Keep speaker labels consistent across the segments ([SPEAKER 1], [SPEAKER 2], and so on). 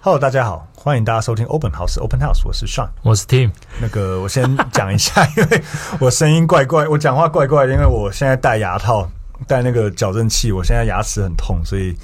[SPEAKER 1] Hello，大家好，欢迎大家收听 Open House Open House，我是 Sean。
[SPEAKER 2] 我是 Tim，
[SPEAKER 1] 那个，我先讲一下， 因为我声音怪怪，我讲话怪怪的，因为我现在戴牙套，戴那个矫正器，我现在牙齿很痛，所以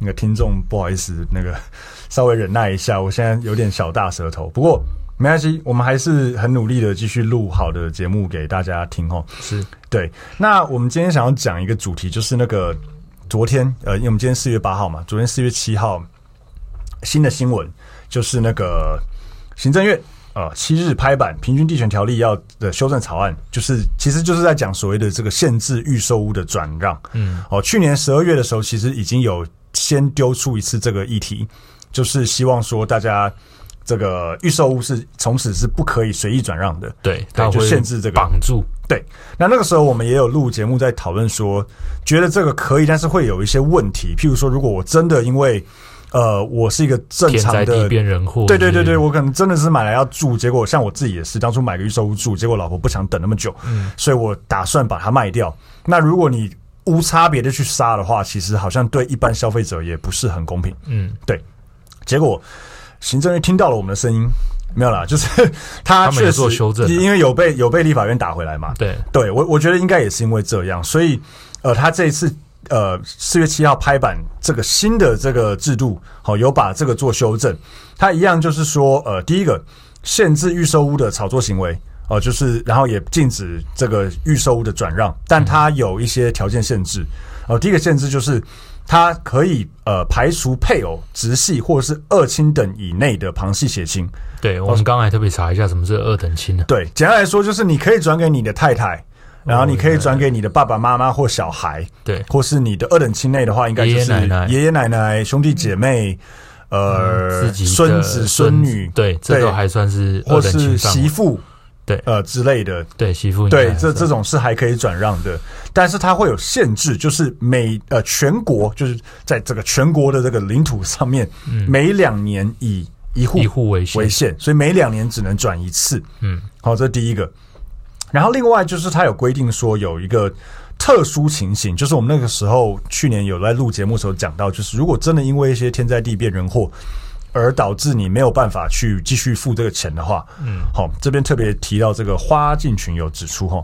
[SPEAKER 1] 那个听众不好意思，那个稍微忍耐一下，我现在有点小大舌头，不过没关系，我们还是很努力的继续录好的节目给大家听哦。
[SPEAKER 2] 是
[SPEAKER 1] 对，那我们今天想要讲一个主题，就是那个昨天，呃，因为我们今天四月八号嘛，昨天四月七号，新的新闻就是那个行政院呃七日拍板《平均地权条例要》的修正草案，就是其实就是在讲所谓的这个限制预售屋的转让。嗯，哦，去年十二月的时候，其实已经有先丢出一次这个议题，就是希望说大家。这个预售屋是从此是不可以随意转让的，
[SPEAKER 2] 对，他
[SPEAKER 1] 就
[SPEAKER 2] 会
[SPEAKER 1] 限制这个
[SPEAKER 2] 绑住，
[SPEAKER 1] 对，那那个时候我们也有录节目在讨论说，觉得这个可以，但是会有一些问题，譬如说，如果我真的因为呃，我是一个正
[SPEAKER 2] 天
[SPEAKER 1] 常
[SPEAKER 2] 灾地
[SPEAKER 1] 的。
[SPEAKER 2] 变人祸，
[SPEAKER 1] 对对对对，
[SPEAKER 2] 是
[SPEAKER 1] 我可能真的是买来要住，结果像我自己也是，当初买个预售屋住，结果老婆不想等那么久，
[SPEAKER 2] 嗯
[SPEAKER 1] 所以我打算把它卖掉。那如果你无差别的去杀的话，其实好像对一般消费者也不是很公平。
[SPEAKER 2] 嗯，
[SPEAKER 1] 对，结果行政院听到了我们的声音，没有啦，就是 他
[SPEAKER 2] 他们
[SPEAKER 1] 确
[SPEAKER 2] 也
[SPEAKER 1] 实
[SPEAKER 2] 做修正了啊
[SPEAKER 1] 因为有被有被立法院打回来嘛。
[SPEAKER 2] 对，
[SPEAKER 1] 对我我觉得应该也是因为这样，所以呃，他这一次呃四月七号拍板这个新的这个制度，好、有把这个做修正，它一样就是说呃，第一个限制预售屋的炒作行为。哦、就是，然后也禁止这个预售屋的转让，但它有一些条件限制。哦、第一个限制就是它可以呃排除配偶、直系或者是二亲等以内的旁系血亲。
[SPEAKER 2] 对我们刚才特别查一下什么是二等亲啊呢？
[SPEAKER 1] 对，简单来说就是你可以转给你的太太，
[SPEAKER 2] 哦
[SPEAKER 1] 然后你可以转给你的爸爸妈妈或小孩，
[SPEAKER 2] 对，
[SPEAKER 1] 或是你的二等亲内的话，应该就是
[SPEAKER 2] 爷爷奶奶嗯
[SPEAKER 1] 爷爷奶奶兄弟姐妹，呃
[SPEAKER 2] 自，己的
[SPEAKER 1] 孙子孙女，
[SPEAKER 2] 对，这都还算是二
[SPEAKER 1] 或
[SPEAKER 2] 等亲
[SPEAKER 1] 是
[SPEAKER 2] 范
[SPEAKER 1] 媳
[SPEAKER 2] 围，
[SPEAKER 1] 妇，
[SPEAKER 2] 对
[SPEAKER 1] 呃之类的，
[SPEAKER 2] 对媳妇应该
[SPEAKER 1] 对，
[SPEAKER 2] 还
[SPEAKER 1] 这
[SPEAKER 2] 算
[SPEAKER 1] 这种是还可以转让的，但是它会有限制，就是每呃全国就是在这个全国的这个领土上面，每两年以一户
[SPEAKER 2] 嗯一户为限
[SPEAKER 1] 为，限，所以每两年只能转一次。
[SPEAKER 2] 嗯，
[SPEAKER 1] 好，这第一个。然后另外就是它有规定说有一个特殊情形，就是我们那个时候去年有在录节目的时候讲到，就是如果真的因为一些天灾地变人祸。而导致你没有办法去继续付这个钱的话，嗯，好，这边特别提到这个花进群有指出，哈，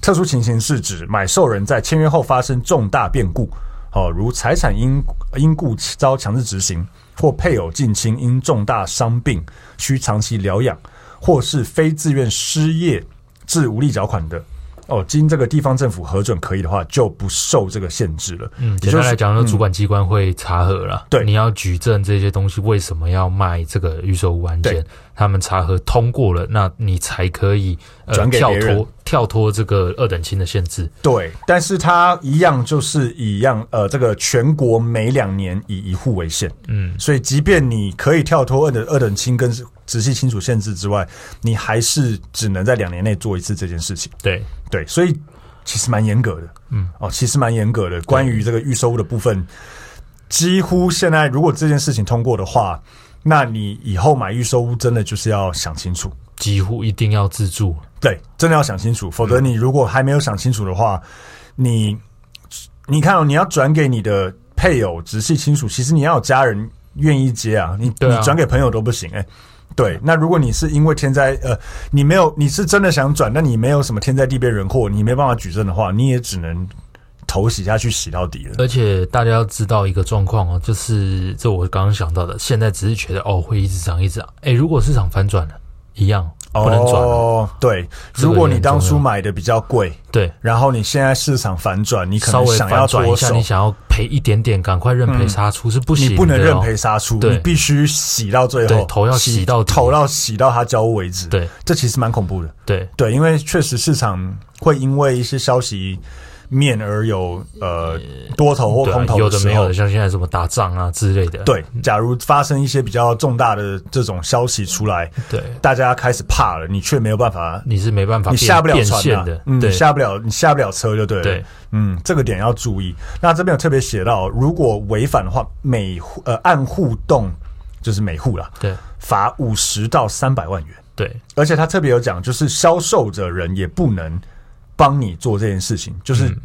[SPEAKER 1] 特殊情形是指买受人在签约后发生重大变故，哦，如财产因因故遭强制执行，或配偶近亲因重大伤病需长期疗养，或是非自愿失业致无力缴款的。哦，经这个地方政府核准可以的话，就不受这个限制了。
[SPEAKER 2] 嗯，
[SPEAKER 1] 也
[SPEAKER 2] 简
[SPEAKER 1] 就
[SPEAKER 2] 单
[SPEAKER 1] 是
[SPEAKER 2] 来讲，就主管机关会查核了。
[SPEAKER 1] 对
[SPEAKER 2] 你要举证这些东西为什么要卖这个预售屋案件
[SPEAKER 1] 对，
[SPEAKER 2] 他们查核通过了，那你才可以呃
[SPEAKER 1] 转给别
[SPEAKER 2] 跳
[SPEAKER 1] 人
[SPEAKER 2] 脱跳脱这个二等亲的限制。
[SPEAKER 1] 对，但是它一样就是一样，呃，这个全国每两年以一户为限，
[SPEAKER 2] 嗯，
[SPEAKER 1] 所以即便你可以跳脱二等二等亲跟直系亲属限制之外，你还是只能在两年内做一次这件事情。
[SPEAKER 2] 对，
[SPEAKER 1] 对，所以其实蛮严格的，嗯，哦，其实蛮严格的。关于这个预收的部分，几乎现在如果这件事情通过的话，那你以后买预收屋真的就是要想清楚。
[SPEAKER 2] 几乎一定要自住。
[SPEAKER 1] 对，真的要想清楚，否
[SPEAKER 2] 嗯
[SPEAKER 1] 则你如果还没有想清楚的话，你你看哦，你要转给你的配偶、直系亲属，其实你要有家人愿意接啊，你、
[SPEAKER 2] 对啊
[SPEAKER 1] 你转给朋友都不行哎、对，那如果你是因为天灾，呃，你没有，你是真的想转，但你没有什么天灾地变人祸，你没办法举证的话，你也只能头洗下去，洗到底了。
[SPEAKER 2] 而且大家要知道一个状况哦，就是这我刚刚想到的，现在只是觉得哦会一直涨一直涨，哎，如果市场反转了，一样不能转了，
[SPEAKER 1] 哦，对，
[SPEAKER 2] 这个
[SPEAKER 1] 如果你
[SPEAKER 2] 也很
[SPEAKER 1] 当初
[SPEAKER 2] 重要
[SPEAKER 1] 买的比较贵，
[SPEAKER 2] 对。
[SPEAKER 1] 然后你现在市场反转，你可
[SPEAKER 2] 稍
[SPEAKER 1] 能
[SPEAKER 2] 微
[SPEAKER 1] 想要
[SPEAKER 2] 反转一
[SPEAKER 1] 脱
[SPEAKER 2] 下，
[SPEAKER 1] 手，嗯
[SPEAKER 2] 你想要赔一点点，赶快认赔杀出、是不行的、
[SPEAKER 1] 你
[SPEAKER 2] 哦，
[SPEAKER 1] 不能认赔杀出，
[SPEAKER 2] 对
[SPEAKER 1] 你必须洗到最后
[SPEAKER 2] 对，头要洗到底
[SPEAKER 1] 头到洗到它交为止。
[SPEAKER 2] 对
[SPEAKER 1] 这其实蛮恐怖的。
[SPEAKER 2] 对，
[SPEAKER 1] 对，因为确实市场会因为一些消息面而有呃多头或
[SPEAKER 2] 对啊
[SPEAKER 1] 空头
[SPEAKER 2] 有
[SPEAKER 1] 的
[SPEAKER 2] 的
[SPEAKER 1] 时
[SPEAKER 2] 没有
[SPEAKER 1] 候
[SPEAKER 2] 的，。像现在什么打仗啊之类的，
[SPEAKER 1] 对，假如发生一些比较重大的这种消息出来，
[SPEAKER 2] 对，
[SPEAKER 1] 大家开始怕了，你却没有办法，
[SPEAKER 2] 你是没办法
[SPEAKER 1] 你
[SPEAKER 2] 变
[SPEAKER 1] 下不了
[SPEAKER 2] 变
[SPEAKER 1] 船
[SPEAKER 2] 现
[SPEAKER 1] 啊
[SPEAKER 2] 的，
[SPEAKER 1] 嗯，
[SPEAKER 2] 对
[SPEAKER 1] 你下不了，你下不了车就对了。
[SPEAKER 2] 对，
[SPEAKER 1] 嗯，这个点要注意。那这边有特别写到，如果违反的话，每户呃按户动就是每户啦，
[SPEAKER 2] 对
[SPEAKER 1] 罚五十到三百万元。
[SPEAKER 2] 对
[SPEAKER 1] 而且他特别有讲，就是销售者人也不能帮你做这件事情，就是
[SPEAKER 2] 嗯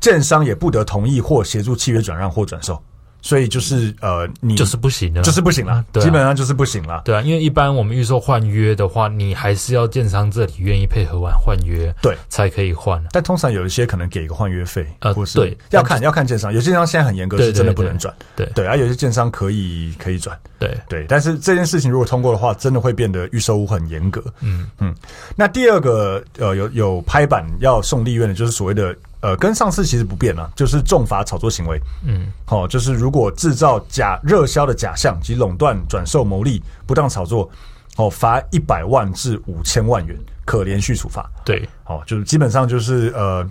[SPEAKER 1] 建商也不得同意或协助契约转让或转售，所以就是呃，你
[SPEAKER 2] 就是不行的，
[SPEAKER 1] 就是不行了，
[SPEAKER 2] 对啊
[SPEAKER 1] 基本上就是不行了。
[SPEAKER 2] 对啊，因为一般我们预售换约的话，你还是要建商这里愿意配合完换约，
[SPEAKER 1] 对
[SPEAKER 2] 才可以换啊。
[SPEAKER 1] 但通常有一些可能给一个换约费，
[SPEAKER 2] 呃
[SPEAKER 1] 或是
[SPEAKER 2] 对
[SPEAKER 1] 要看要看建商，有些建商现在很严格，
[SPEAKER 2] 对
[SPEAKER 1] 是真的
[SPEAKER 2] 对
[SPEAKER 1] 不
[SPEAKER 2] 对
[SPEAKER 1] 能转，
[SPEAKER 2] 对
[SPEAKER 1] 对，而、啊有些建商可以可以转，
[SPEAKER 2] 对
[SPEAKER 1] 对，但是这件事情如果通过的话，真的会变得预售屋很严格。
[SPEAKER 2] 嗯
[SPEAKER 1] 嗯，那第二个呃，有有拍板要送立院的，就是所谓的呃，跟上次其实不变了、就是重罚炒作行为。
[SPEAKER 2] 嗯，
[SPEAKER 1] 哦，就是如果制造假热销的假象及垄断、转售牟利、不当炒作，哦，罚一百万至五千万元，可连续处罚。
[SPEAKER 2] 对，
[SPEAKER 1] 哦，就是基本上就是呃，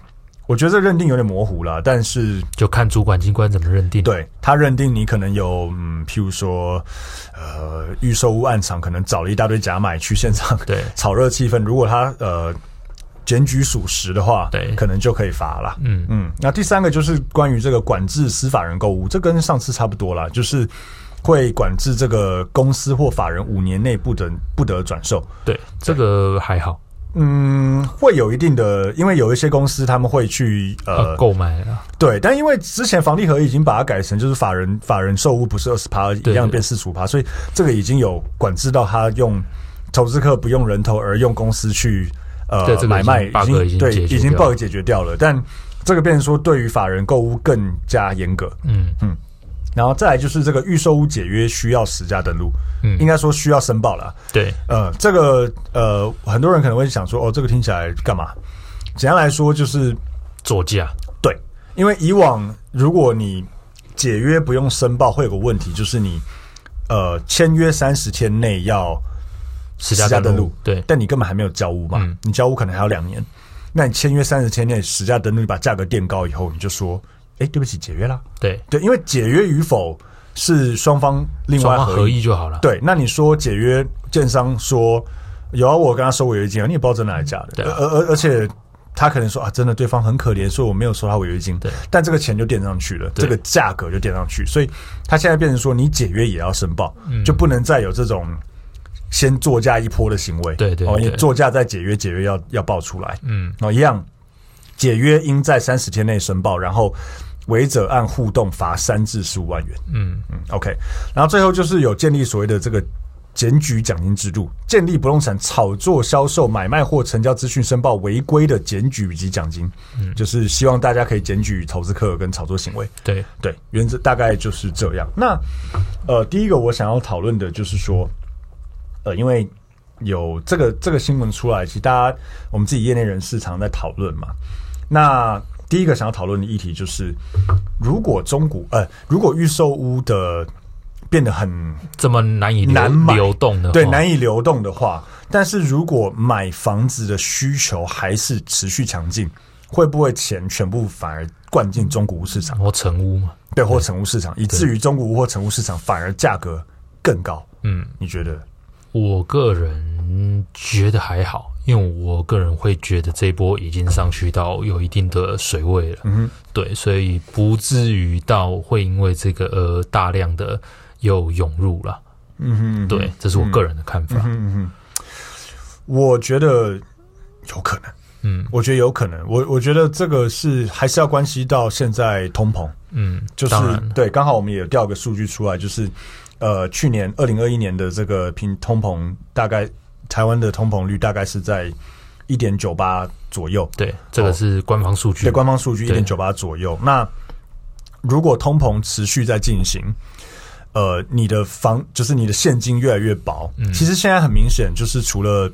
[SPEAKER 1] 我觉得这认定有点模糊了，但是
[SPEAKER 2] 就看主管机关怎么认定。
[SPEAKER 1] 对他认定你可能有，嗯，譬如说，呃，预售屋暗场可能找了一大堆假买去现场
[SPEAKER 2] 对
[SPEAKER 1] 炒热气氛，如果他呃检举属实的话，
[SPEAKER 2] 对
[SPEAKER 1] 可能就可以罚了。
[SPEAKER 2] 嗯
[SPEAKER 1] 嗯，那第三个就是关于这个管制司法人购物，这跟上次差不多啦，就是会管制这个公司或法人五年内不得不得转售。
[SPEAKER 2] 对，这个还好，
[SPEAKER 1] 嗯，会有一定的，因为有一些公司他们会去
[SPEAKER 2] 呃，购买了，
[SPEAKER 1] 对，但因为之前房地合一已经把它改成就是法人法人售屋不是二十趴，一
[SPEAKER 2] 对
[SPEAKER 1] 样变四十五趴，所以这个已经有管制到他用投资客不用人头，而用公司去呃
[SPEAKER 2] 对这个
[SPEAKER 1] 买卖，
[SPEAKER 2] 已经 bug
[SPEAKER 1] 已
[SPEAKER 2] 已经
[SPEAKER 1] 对
[SPEAKER 2] 解决
[SPEAKER 1] 已经
[SPEAKER 2] 掉
[SPEAKER 1] bug 解决掉了，但这个变成说对于法人购物更加严格。
[SPEAKER 2] 嗯
[SPEAKER 1] 然后再来就是这个预售屋解约需要实价登录，
[SPEAKER 2] 嗯
[SPEAKER 1] 应，该说需要申报了。
[SPEAKER 2] 对
[SPEAKER 1] 呃，这个呃，很多人可能会想说，哦，这个听起来干嘛？简单来说就是
[SPEAKER 2] 作价，
[SPEAKER 1] 对，因为以往如果你解约不用申报，会有个问题，就是你呃签约三十天内要，
[SPEAKER 2] 实
[SPEAKER 1] 实价
[SPEAKER 2] 价
[SPEAKER 1] 登
[SPEAKER 2] 登
[SPEAKER 1] 录
[SPEAKER 2] 录，对
[SPEAKER 1] 但你根本还没有交屋嘛，
[SPEAKER 2] 嗯
[SPEAKER 1] 你交屋可能还要两年，那你签约三十天内实价登录，你把价格垫高以后，你就说，哎，对不起，解约啦。
[SPEAKER 2] 对，
[SPEAKER 1] 对，因为解约与否是双方另
[SPEAKER 2] 双
[SPEAKER 1] 外
[SPEAKER 2] 方合
[SPEAKER 1] 议。
[SPEAKER 2] 意就好了。
[SPEAKER 1] 对，那你说解约，建商说有啊，我跟他收违约金啊，你也不知道真的还是假的。
[SPEAKER 2] 对啊
[SPEAKER 1] 而而而且他可能说啊，真的对方很可怜，所以我没有收他违约金。
[SPEAKER 2] 对，
[SPEAKER 1] 但这个钱就垫上去了，
[SPEAKER 2] 对
[SPEAKER 1] 这个价格就垫上去，所以他现在变成说，你解约也要申报，
[SPEAKER 2] 嗯
[SPEAKER 1] 就不能再有这种。先作价一波的行为，
[SPEAKER 2] 对对
[SPEAKER 1] 哦，你
[SPEAKER 2] 对
[SPEAKER 1] 作价再解约，解约要要报出来，
[SPEAKER 2] 嗯，
[SPEAKER 1] 哦，一样，解约应在三十天内申报，然后违者按互动罚三至十五万元。
[SPEAKER 2] 嗯
[SPEAKER 1] 嗯，OK。然后最后就是有建立所谓的这个检举奖金制度，建立不动产炒作、销售、买卖或成交资讯申报违规的检举以及奖金，
[SPEAKER 2] 嗯
[SPEAKER 1] 就是希望大家可以检举投资客跟炒作行为。
[SPEAKER 2] 对，
[SPEAKER 1] 对，原则大概就是这样。那呃，第一个我想要讨论的就是说，呃，因为有这个这个新闻出来，其实大家我们自己业内人士常在讨论嘛。那第一个想要讨论的议题就是，如果中古呃，如果预售屋的变得很
[SPEAKER 2] 这么难以流
[SPEAKER 1] 难买
[SPEAKER 2] 流动的话，
[SPEAKER 1] 对难以流动的话，但是如果买房子的需求还是持续强劲，会不会钱全部反而灌进中古屋市场？
[SPEAKER 2] 然后成屋嘛，
[SPEAKER 1] 对，或成屋市场，以至于中古屋或成屋市场反而价格更高。
[SPEAKER 2] 嗯。
[SPEAKER 1] 你觉得？
[SPEAKER 2] 我个人觉得还好，因为我个人会觉得这一波已经上去到有一定的水位了，
[SPEAKER 1] 嗯哼，
[SPEAKER 2] 对，所以不至于到会因为这个呃大量的又涌入了，
[SPEAKER 1] 嗯哼，
[SPEAKER 2] 对，这是我个人的看法，
[SPEAKER 1] 嗯哼，我觉得有可能，
[SPEAKER 2] 嗯
[SPEAKER 1] 我觉得有可能，我我觉得这个是还是要关系到现在通膨，
[SPEAKER 2] 嗯，
[SPEAKER 1] 就是
[SPEAKER 2] 当然了
[SPEAKER 1] 对，刚好我们也调个数据出来，就是呃，去年二零二一年的这个平通膨，大概台湾的通膨率大概是在一点九八左右，
[SPEAKER 2] 对，这个是官方数据
[SPEAKER 1] 哦对，，官方数据一
[SPEAKER 2] 对
[SPEAKER 1] 点九八左右。那如果通膨持续在进行，呃，你的房就是你的现金越来越薄。
[SPEAKER 2] 嗯
[SPEAKER 1] 其实现在很明显，就是除了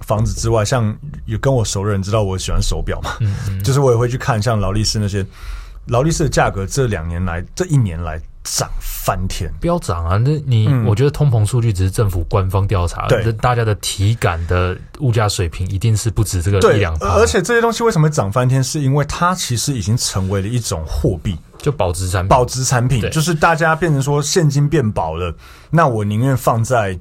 [SPEAKER 1] 房子之外，像有跟我熟的人知道我喜欢手表嘛，
[SPEAKER 2] 嗯
[SPEAKER 1] 就是我也会去看像劳力士那些，劳力士的价格这两年来这一年来涨翻天。
[SPEAKER 2] 飙涨啊！那你、我觉得通膨数据只是政府官方调查，
[SPEAKER 1] 嗯对
[SPEAKER 2] 这大家的体感的物价水平一定是不止这个一
[SPEAKER 1] 对，
[SPEAKER 2] 两
[SPEAKER 1] 而
[SPEAKER 2] 趴，
[SPEAKER 1] 而且这些东西为什么涨翻天？是因为它其实已经成为了一种货币。
[SPEAKER 2] 就保值产品
[SPEAKER 1] 保值产品
[SPEAKER 2] 对，
[SPEAKER 1] 就是大家变成说现金变薄了，那我宁愿放在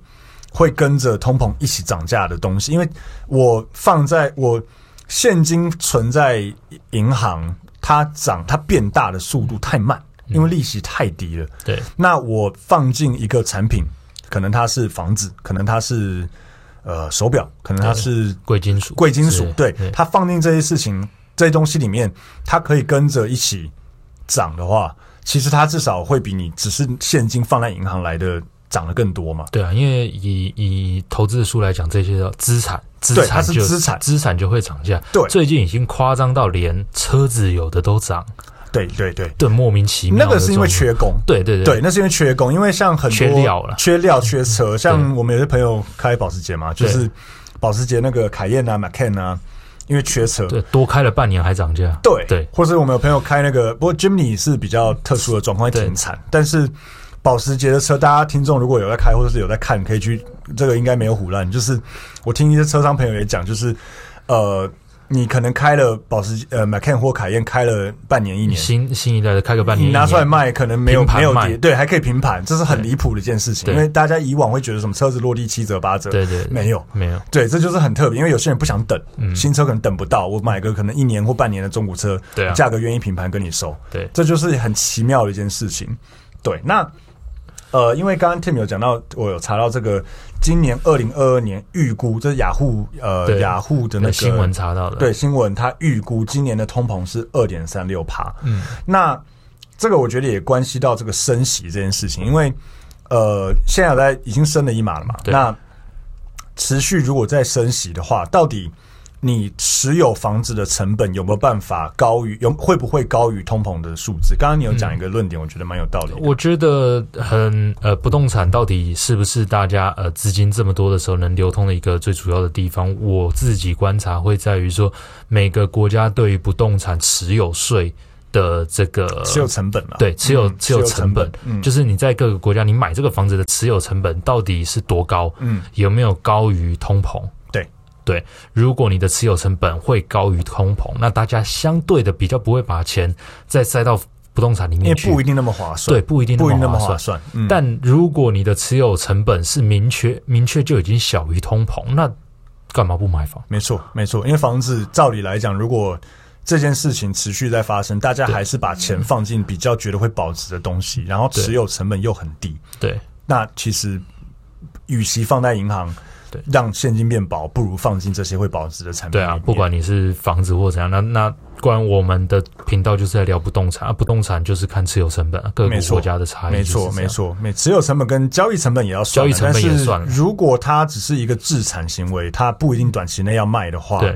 [SPEAKER 1] 会跟着通膨一起涨价的东西，因为我放在我现金存在银行，它涨它变大的速度太慢，因为利息太低了。
[SPEAKER 2] 对
[SPEAKER 1] 那我放进一个产品，可能它是房子，可能它是呃手表，可能它是
[SPEAKER 2] 贵金属、
[SPEAKER 1] 贵金属
[SPEAKER 2] 是，
[SPEAKER 1] 对它放进这些事情、这些东西里面，它可以跟着一起涨的话，其实它至少会比你只是现金放在银行来的涨得更多嘛。
[SPEAKER 2] 对啊，因为以以投资的书来讲，这些资产，资
[SPEAKER 1] 对它
[SPEAKER 2] 产
[SPEAKER 1] 是
[SPEAKER 2] 就
[SPEAKER 1] 资产
[SPEAKER 2] 资产就会涨价。
[SPEAKER 1] 对
[SPEAKER 2] 最近已经夸张到连车子有的都涨，
[SPEAKER 1] 对对对，
[SPEAKER 2] 对，莫名其
[SPEAKER 1] 那
[SPEAKER 2] 妙的
[SPEAKER 1] 个是因为
[SPEAKER 2] 状况，
[SPEAKER 1] 缺工。
[SPEAKER 2] 对对
[SPEAKER 1] 对，那是因为缺工，因为像很多
[SPEAKER 2] 缺料啦
[SPEAKER 1] 缺料、缺车，像
[SPEAKER 2] 对
[SPEAKER 1] 我们有些朋友开保时捷嘛，就是保时捷那个凯宴啊、Macan 啊，因为缺车，
[SPEAKER 2] 对，多开了半年还涨价，
[SPEAKER 1] 对
[SPEAKER 2] 对
[SPEAKER 1] 或是我们有朋友开那个，不过 Jimny 是比较特殊的状况，会停产，但是保时捷的车，大家听众如果有在开或者是有在看，可以去这个应该没有胡乱，就是我听一些车商朋友也讲，就是呃，你可能开了保时捷呃 Macan 或凯宴开了半年一年。
[SPEAKER 2] 新新一代的开个半年，
[SPEAKER 1] 你拿出来卖，可能没有
[SPEAKER 2] 平盘
[SPEAKER 1] 没有
[SPEAKER 2] 卖
[SPEAKER 1] 跌，对，还可以平盘，这是很离谱的一件事情。
[SPEAKER 2] 对
[SPEAKER 1] 因为大家以往会觉得什么车子落地七折八折，
[SPEAKER 2] 对对对
[SPEAKER 1] 没有，
[SPEAKER 2] 没有，
[SPEAKER 1] 对，这就是很特别，因为有些人不想等，
[SPEAKER 2] 嗯
[SPEAKER 1] 新车可能等不到，我买个可能一年或半年的中古车，
[SPEAKER 2] 对啊
[SPEAKER 1] 价格愿意平盘跟你收，
[SPEAKER 2] 对
[SPEAKER 1] 这就是很奇妙的一件事情。对，那呃，因为刚刚 Tim 有讲到，我有查到这个今年二零二二年预估，这是雅虎呃
[SPEAKER 2] 对
[SPEAKER 1] 雅虎的那
[SPEAKER 2] 那
[SPEAKER 1] 个
[SPEAKER 2] 新闻查到的，
[SPEAKER 1] 对新闻，它预估今年的通膨是二点三六帕。嗯，那这个我觉得也关系到这个升息这件事情，因为呃，现在有在已经升了一码了嘛，
[SPEAKER 2] 对
[SPEAKER 1] 那持续如果再升息的话，到底你持有房子的成本有没有办法高于有会不会高于通膨的数字？刚刚你有讲一个论点，我觉得蛮有道理的。
[SPEAKER 2] 我觉得很呃，不动产到底是不是大家呃资金这么多的时候能流通的一个最主要的地方？我自己观察会在于说，每个国家对于不动产持有税的这个
[SPEAKER 1] 持有成本嘛，
[SPEAKER 2] 对，持有、
[SPEAKER 1] 嗯
[SPEAKER 2] 持有成本，就是你在各个国家，你买这个房子的持有成本到底是多高？
[SPEAKER 1] 嗯，
[SPEAKER 2] 有没有高于通膨？
[SPEAKER 1] 对
[SPEAKER 2] 对，如果你的持有成本会高于通膨，那大家相对的比较不会把钱再塞到不动产里
[SPEAKER 1] 因
[SPEAKER 2] 面
[SPEAKER 1] 为
[SPEAKER 2] 去，
[SPEAKER 1] 不一定那么划算，
[SPEAKER 2] 对，不一定
[SPEAKER 1] 不一定那么
[SPEAKER 2] 划
[SPEAKER 1] 划
[SPEAKER 2] 算。
[SPEAKER 1] 算。嗯，
[SPEAKER 2] 但如果你的持有成本是明确明确就已经小于通膨，那干嘛不买房？
[SPEAKER 1] 没错，没错，因为房子照理来讲，如果这件事情持续在发生，大家还是把钱放进比较觉得会保值的东西，然后持有成本又很低，
[SPEAKER 2] 对
[SPEAKER 1] 那其实与其放在银行
[SPEAKER 2] 对
[SPEAKER 1] 让现金变薄，不如放进这些会保值的产品
[SPEAKER 2] 对
[SPEAKER 1] 里面。
[SPEAKER 2] 啊，不管你是房子或怎样，那那关于我们的频道就是在聊不动产，啊、不动产就是看持有成本，各
[SPEAKER 1] 没
[SPEAKER 2] 个
[SPEAKER 1] 错
[SPEAKER 2] 国家的差异，
[SPEAKER 1] 没错，没。错，没持有成本跟交易成本也要算
[SPEAKER 2] 交
[SPEAKER 1] 的，
[SPEAKER 2] 易成本也算了
[SPEAKER 1] 但是如果它只是一个自产行为，它不一定短期内要卖的话，
[SPEAKER 2] 对，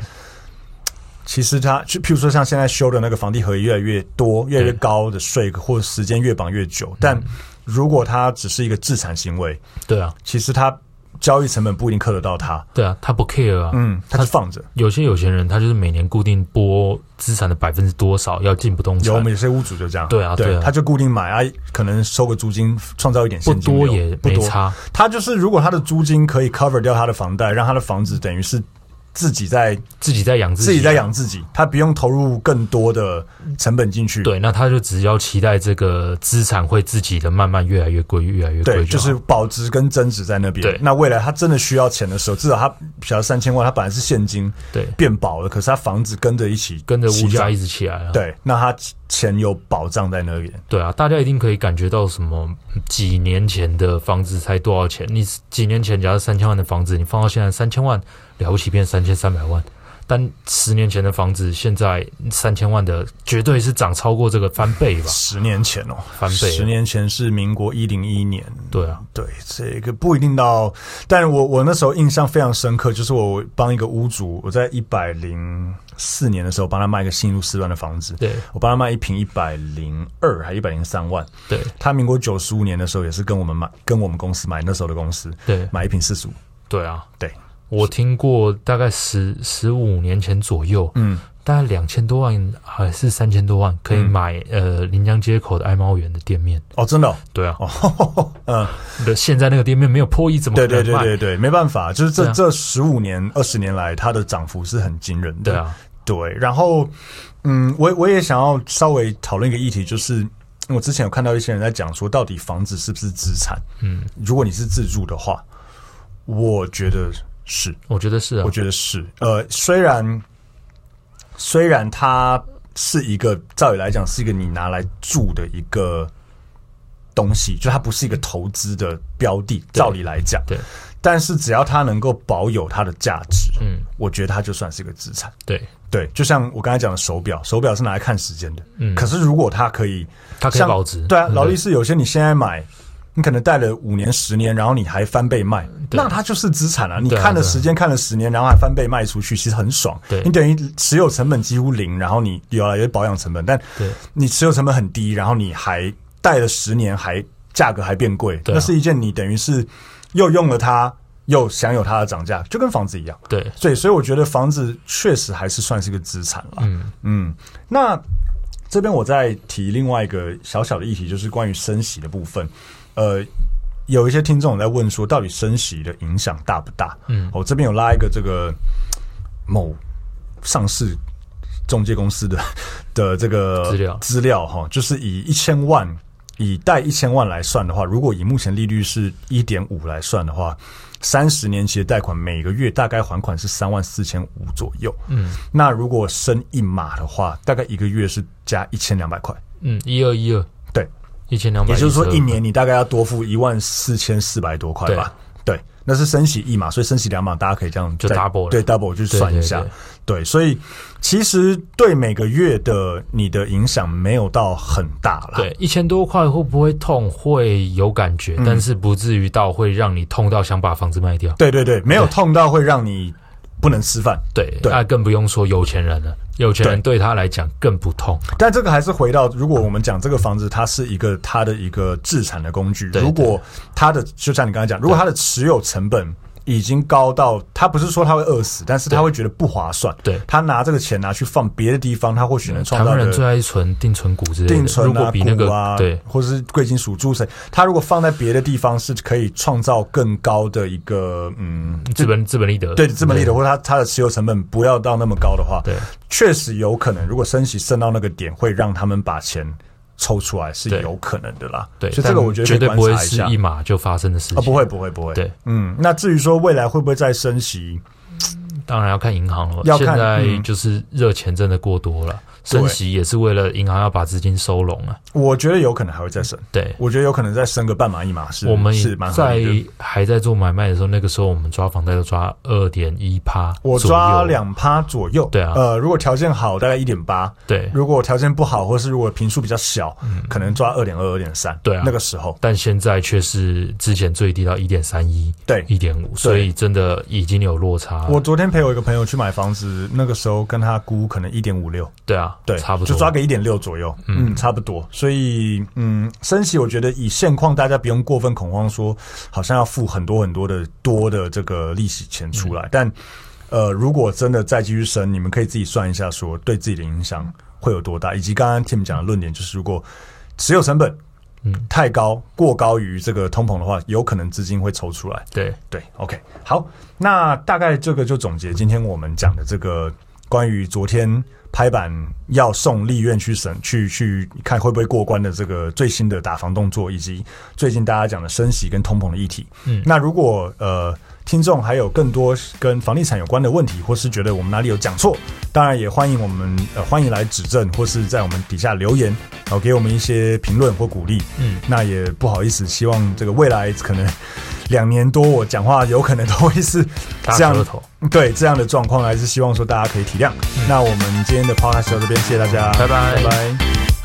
[SPEAKER 1] 其实它就譬如说像现在修的那个房地合一越来越多、越来越高的税，或者时间越绑越久。
[SPEAKER 2] 嗯
[SPEAKER 1] 但如果它只是一个自产行为，
[SPEAKER 2] 对啊，
[SPEAKER 1] 其实它交易成本不一定克得到它。
[SPEAKER 2] 对啊，他不 care 啊。
[SPEAKER 1] 嗯，它就放着。
[SPEAKER 2] 有些有钱人他就是每年固定拨资产的百分之多少要进不动
[SPEAKER 1] 有我
[SPEAKER 2] 产
[SPEAKER 1] 们，有些屋主就这样，
[SPEAKER 2] 对啊对啊
[SPEAKER 1] 他就固定买啊，可能收个租金，创造一点
[SPEAKER 2] 不
[SPEAKER 1] 现金
[SPEAKER 2] 多
[SPEAKER 1] 流
[SPEAKER 2] 也
[SPEAKER 1] 不
[SPEAKER 2] 没
[SPEAKER 1] 多。
[SPEAKER 2] 差。
[SPEAKER 1] 他就是如果他的租金可以 cover 掉他的房贷，让他的房子等于是自己在
[SPEAKER 2] 自己在养自己，啊
[SPEAKER 1] 自己在养自己，他不用投入更多的成本进去。
[SPEAKER 2] 对，那他就只要期待这个资产会自己的慢慢越来越贵，越来越贵
[SPEAKER 1] 对，
[SPEAKER 2] 好，
[SPEAKER 1] 就是保值跟增值在那边。
[SPEAKER 2] 对
[SPEAKER 1] 那未来他真的需要钱的时候，至少他比如三千万，他本来是现金
[SPEAKER 2] 对，
[SPEAKER 1] 变薄了，可是他房子跟着一起
[SPEAKER 2] 跟着物
[SPEAKER 1] 起
[SPEAKER 2] 价
[SPEAKER 1] 涨
[SPEAKER 2] 一直起来了。啊
[SPEAKER 1] 对，那他钱有保障在那边。
[SPEAKER 2] 对啊，大家一定可以感觉到什么？几年前的房子才多少钱？你几年前假如三千万的房子，你放到现在三千万了不起变三千三百万，但十年前的房子，现在三千万的绝对是涨超过这个翻倍吧？
[SPEAKER 1] 十年前哦，
[SPEAKER 2] 翻倍了
[SPEAKER 1] 十年前是民国一零一年，
[SPEAKER 2] 对啊，
[SPEAKER 1] 对，这个不一定到，但我我那时候印象非常深刻，就是我帮一个屋主，我在一百零四年的时候帮他卖一个新入四段的房子，
[SPEAKER 2] 对
[SPEAKER 1] 我帮他卖一平一百零二还一百零三万，
[SPEAKER 2] 对
[SPEAKER 1] 他民国九十五年的时候也是跟我们买，跟我们公司买那时候的公司
[SPEAKER 2] 对
[SPEAKER 1] 买一平四十五，
[SPEAKER 2] 对啊，
[SPEAKER 1] 对，
[SPEAKER 2] 我听过大概十十五年前左右，
[SPEAKER 1] 嗯，
[SPEAKER 2] 大概两千多万还是三千多万可以买、呃临江街口的爱猫园的店面，
[SPEAKER 1] 哦，真嗯的哦，
[SPEAKER 2] 对啊，
[SPEAKER 1] 哦， 嗯，
[SPEAKER 2] 对现在那个店面没有破亿，怎么可
[SPEAKER 1] 对
[SPEAKER 2] 能卖？
[SPEAKER 1] 对对对对，没办法，就是
[SPEAKER 2] 对
[SPEAKER 1] 这
[SPEAKER 2] 啊
[SPEAKER 1] 这十五年二十年来，它的涨幅是很惊人的，
[SPEAKER 2] 对啊，
[SPEAKER 1] 对，然后，嗯，我我也想要稍微讨论一个议题，就是我之前有看到一些人在讲说，到底房子是不是资产？
[SPEAKER 2] 嗯，
[SPEAKER 1] 如果你是自住的话，我觉得是，
[SPEAKER 2] 我觉得是啊
[SPEAKER 1] 我，觉得是。呃，虽然虽然它是一个，照理来讲是一个你拿来住的一个东西，就它不是一个投资的标的，照理来讲，
[SPEAKER 2] 对，
[SPEAKER 1] 但是只要它能够保有它的价值，
[SPEAKER 2] 嗯，
[SPEAKER 1] 我觉得它就算是一个资产。
[SPEAKER 2] 对，
[SPEAKER 1] 对，就像我刚才讲的手表，手表是拿来看时间的。
[SPEAKER 2] 嗯
[SPEAKER 1] 可是如果它可以，
[SPEAKER 2] 它可以
[SPEAKER 1] 像
[SPEAKER 2] 保值，嗯
[SPEAKER 1] 对啊，劳力
[SPEAKER 2] 对
[SPEAKER 1] 士有些你现在买，你可能戴了五年、十年，然后你还翻倍卖，
[SPEAKER 2] 对
[SPEAKER 1] 那它就是资产啊。你
[SPEAKER 2] 对啊
[SPEAKER 1] 看了
[SPEAKER 2] 对啊
[SPEAKER 1] 时间，看了十年，然后还翻倍卖出去，其实很爽。
[SPEAKER 2] 对啊
[SPEAKER 1] 你等于持有成本几乎零，然后你有了有保养成本，但
[SPEAKER 2] 对
[SPEAKER 1] 你持有成本很低，然后你还戴了十年，还价格还变贵，
[SPEAKER 2] 对啊
[SPEAKER 1] 那是一件你等于是又用了它，又享有它的涨价，就跟房子一样。
[SPEAKER 2] 对，
[SPEAKER 1] 对，所以我觉得房子确实还是算是个资产了。
[SPEAKER 2] 嗯
[SPEAKER 1] 嗯，那这边我再提另外一个小小的议题，就是关于升息的部分。呃，有一些听众有在问说，到底升息的影响大不大？哦
[SPEAKER 2] 嗯
[SPEAKER 1] 我、这边有拉一个这个某上市中介公司的 的这个
[SPEAKER 2] 资料
[SPEAKER 1] 资料哈，就是以一千万以贷一千万来算的话，如果以目前利率是一点五来算的话，三十年期的贷款每个月大概还款是三万四千五左右。
[SPEAKER 2] 嗯
[SPEAKER 1] 那如果升一码的话，大概一个月是加一千两百块，
[SPEAKER 2] 嗯，一二一二，
[SPEAKER 1] 对，
[SPEAKER 2] 一千两百，
[SPEAKER 1] 也就是说一年你大概要多付一万四千四百多块吧。对，那是升息一码，所以升息两码，大家可以这样
[SPEAKER 2] 就
[SPEAKER 1] 再
[SPEAKER 2] double 了
[SPEAKER 1] 对 double 去算一下。
[SPEAKER 2] 对
[SPEAKER 1] 对，所以其实对每个月的你的影响没有到很大啦。
[SPEAKER 2] 对，一千多块会不会痛？会有感觉，
[SPEAKER 1] 嗯
[SPEAKER 2] 但是不至于到会让你痛到想把房子卖掉。
[SPEAKER 1] 对对对，没有痛到会让你不能吃饭。
[SPEAKER 2] 对，
[SPEAKER 1] 对
[SPEAKER 2] 那、更不用说有钱人了。有钱人对他来讲更不痛。
[SPEAKER 1] 但这个还是回到，如果我们讲这个房子，它是一个它的一个制产的工具。
[SPEAKER 2] 对
[SPEAKER 1] 如果它的就像你刚才讲，如果它的持有成本已经高到，他不是说他会饿死，但是他会觉得不划算。
[SPEAKER 2] 对
[SPEAKER 1] 他拿这个钱拿去放别的地方，他或许能创
[SPEAKER 2] 台
[SPEAKER 1] 造
[SPEAKER 2] 湾人最
[SPEAKER 1] 的
[SPEAKER 2] 爱存定存股之类的，
[SPEAKER 1] 定存
[SPEAKER 2] 如
[SPEAKER 1] 啊、
[SPEAKER 2] 果比那个、
[SPEAKER 1] 股啊，
[SPEAKER 2] 对，
[SPEAKER 1] 或是贵金属、珠神，他如果放在别的地方，是可以创造更高的一个嗯。
[SPEAKER 2] 资本资本利得，
[SPEAKER 1] 对资本利得，或者他他的持有成本不要到那么高的话，
[SPEAKER 2] 对
[SPEAKER 1] 确实有可能，如果升息升到那个点，会让他们把钱抽出来是
[SPEAKER 2] 对
[SPEAKER 1] 有可能的啦。
[SPEAKER 2] 对，
[SPEAKER 1] 所以这个
[SPEAKER 2] 但
[SPEAKER 1] 我觉得可
[SPEAKER 2] 绝
[SPEAKER 1] 以
[SPEAKER 2] 对
[SPEAKER 1] 观
[SPEAKER 2] 不会
[SPEAKER 1] 察一
[SPEAKER 2] 是
[SPEAKER 1] 下。
[SPEAKER 2] 一码就发生的事情。
[SPEAKER 1] 啊，不会，不会，不会。
[SPEAKER 2] 对，
[SPEAKER 1] 嗯，那至于说未来会不会再升息，
[SPEAKER 2] 当然要看银行了。
[SPEAKER 1] 要
[SPEAKER 2] 现
[SPEAKER 1] 看
[SPEAKER 2] 在
[SPEAKER 1] 嗯
[SPEAKER 2] 就是热钱真的过多了，升息也是为了银行要把资金收拢啊。
[SPEAKER 1] 我觉得有可能还会再升，
[SPEAKER 2] 对，
[SPEAKER 1] 我觉得有可能再升个半码一码是，
[SPEAKER 2] 我们
[SPEAKER 1] 嗯是蛮合
[SPEAKER 2] 在
[SPEAKER 1] 理的。
[SPEAKER 2] 还在做买卖的时候，那个时候我们抓房贷都抓二点一趴，
[SPEAKER 1] 我抓两趴左右，
[SPEAKER 2] 对啊
[SPEAKER 1] 呃，如果条件好，大概一点八；
[SPEAKER 2] 对，嗯
[SPEAKER 1] 如果条件不好，或是如果频数比较小，可能抓二点二、二点三。
[SPEAKER 2] 对啊
[SPEAKER 1] 那个时候，
[SPEAKER 2] 但现在却是之前最低到一点三一，
[SPEAKER 1] 对
[SPEAKER 2] 一点五，所以真的已经有落差了。
[SPEAKER 1] 我昨天陪我一个朋友去买房子，那个时候跟他估可能一点五六，
[SPEAKER 2] 对啊，
[SPEAKER 1] 对，
[SPEAKER 2] 差不多
[SPEAKER 1] 就抓个一点六左右，嗯，差不多。所以，嗯，升息我觉得以现况，大家不用过分恐慌说，好像要付很多很多的多的这个利息钱出
[SPEAKER 2] 嗯
[SPEAKER 1] 来。但呃，如果真的再继续升，你们可以自己算一下，说对自己的影响会有多大，以及刚刚 Tim 讲的论点，就是如果持有成本
[SPEAKER 2] 嗯
[SPEAKER 1] 太高，过高于这个通膨的话，有可能资金会抽出来。
[SPEAKER 2] 对
[SPEAKER 1] 对，OK，好，那大概这个就总结今天我们讲的这个关于昨天拍板要送立院去审，去去看会不会过关的这个最新的打房动作，以及最近大家讲的升息跟通膨的议题。
[SPEAKER 2] 嗯
[SPEAKER 1] 那如果呃听众还有更多跟房地产有关的问题，或是觉得我们哪里有讲错，当然也欢迎我们呃欢迎来指正，或是在我们底下留言，然后给我们一些评论或鼓励。
[SPEAKER 2] 嗯，
[SPEAKER 1] 那也不好意思，希望这个未来可能两年多我讲话有可能都会是
[SPEAKER 2] 大
[SPEAKER 1] 这样
[SPEAKER 2] 舌头，
[SPEAKER 1] 对这样的状况，还是希望说大家可以体谅。那我们今天的 podcast 就到这边，谢谢大家，
[SPEAKER 2] 嗯拜拜
[SPEAKER 1] 拜拜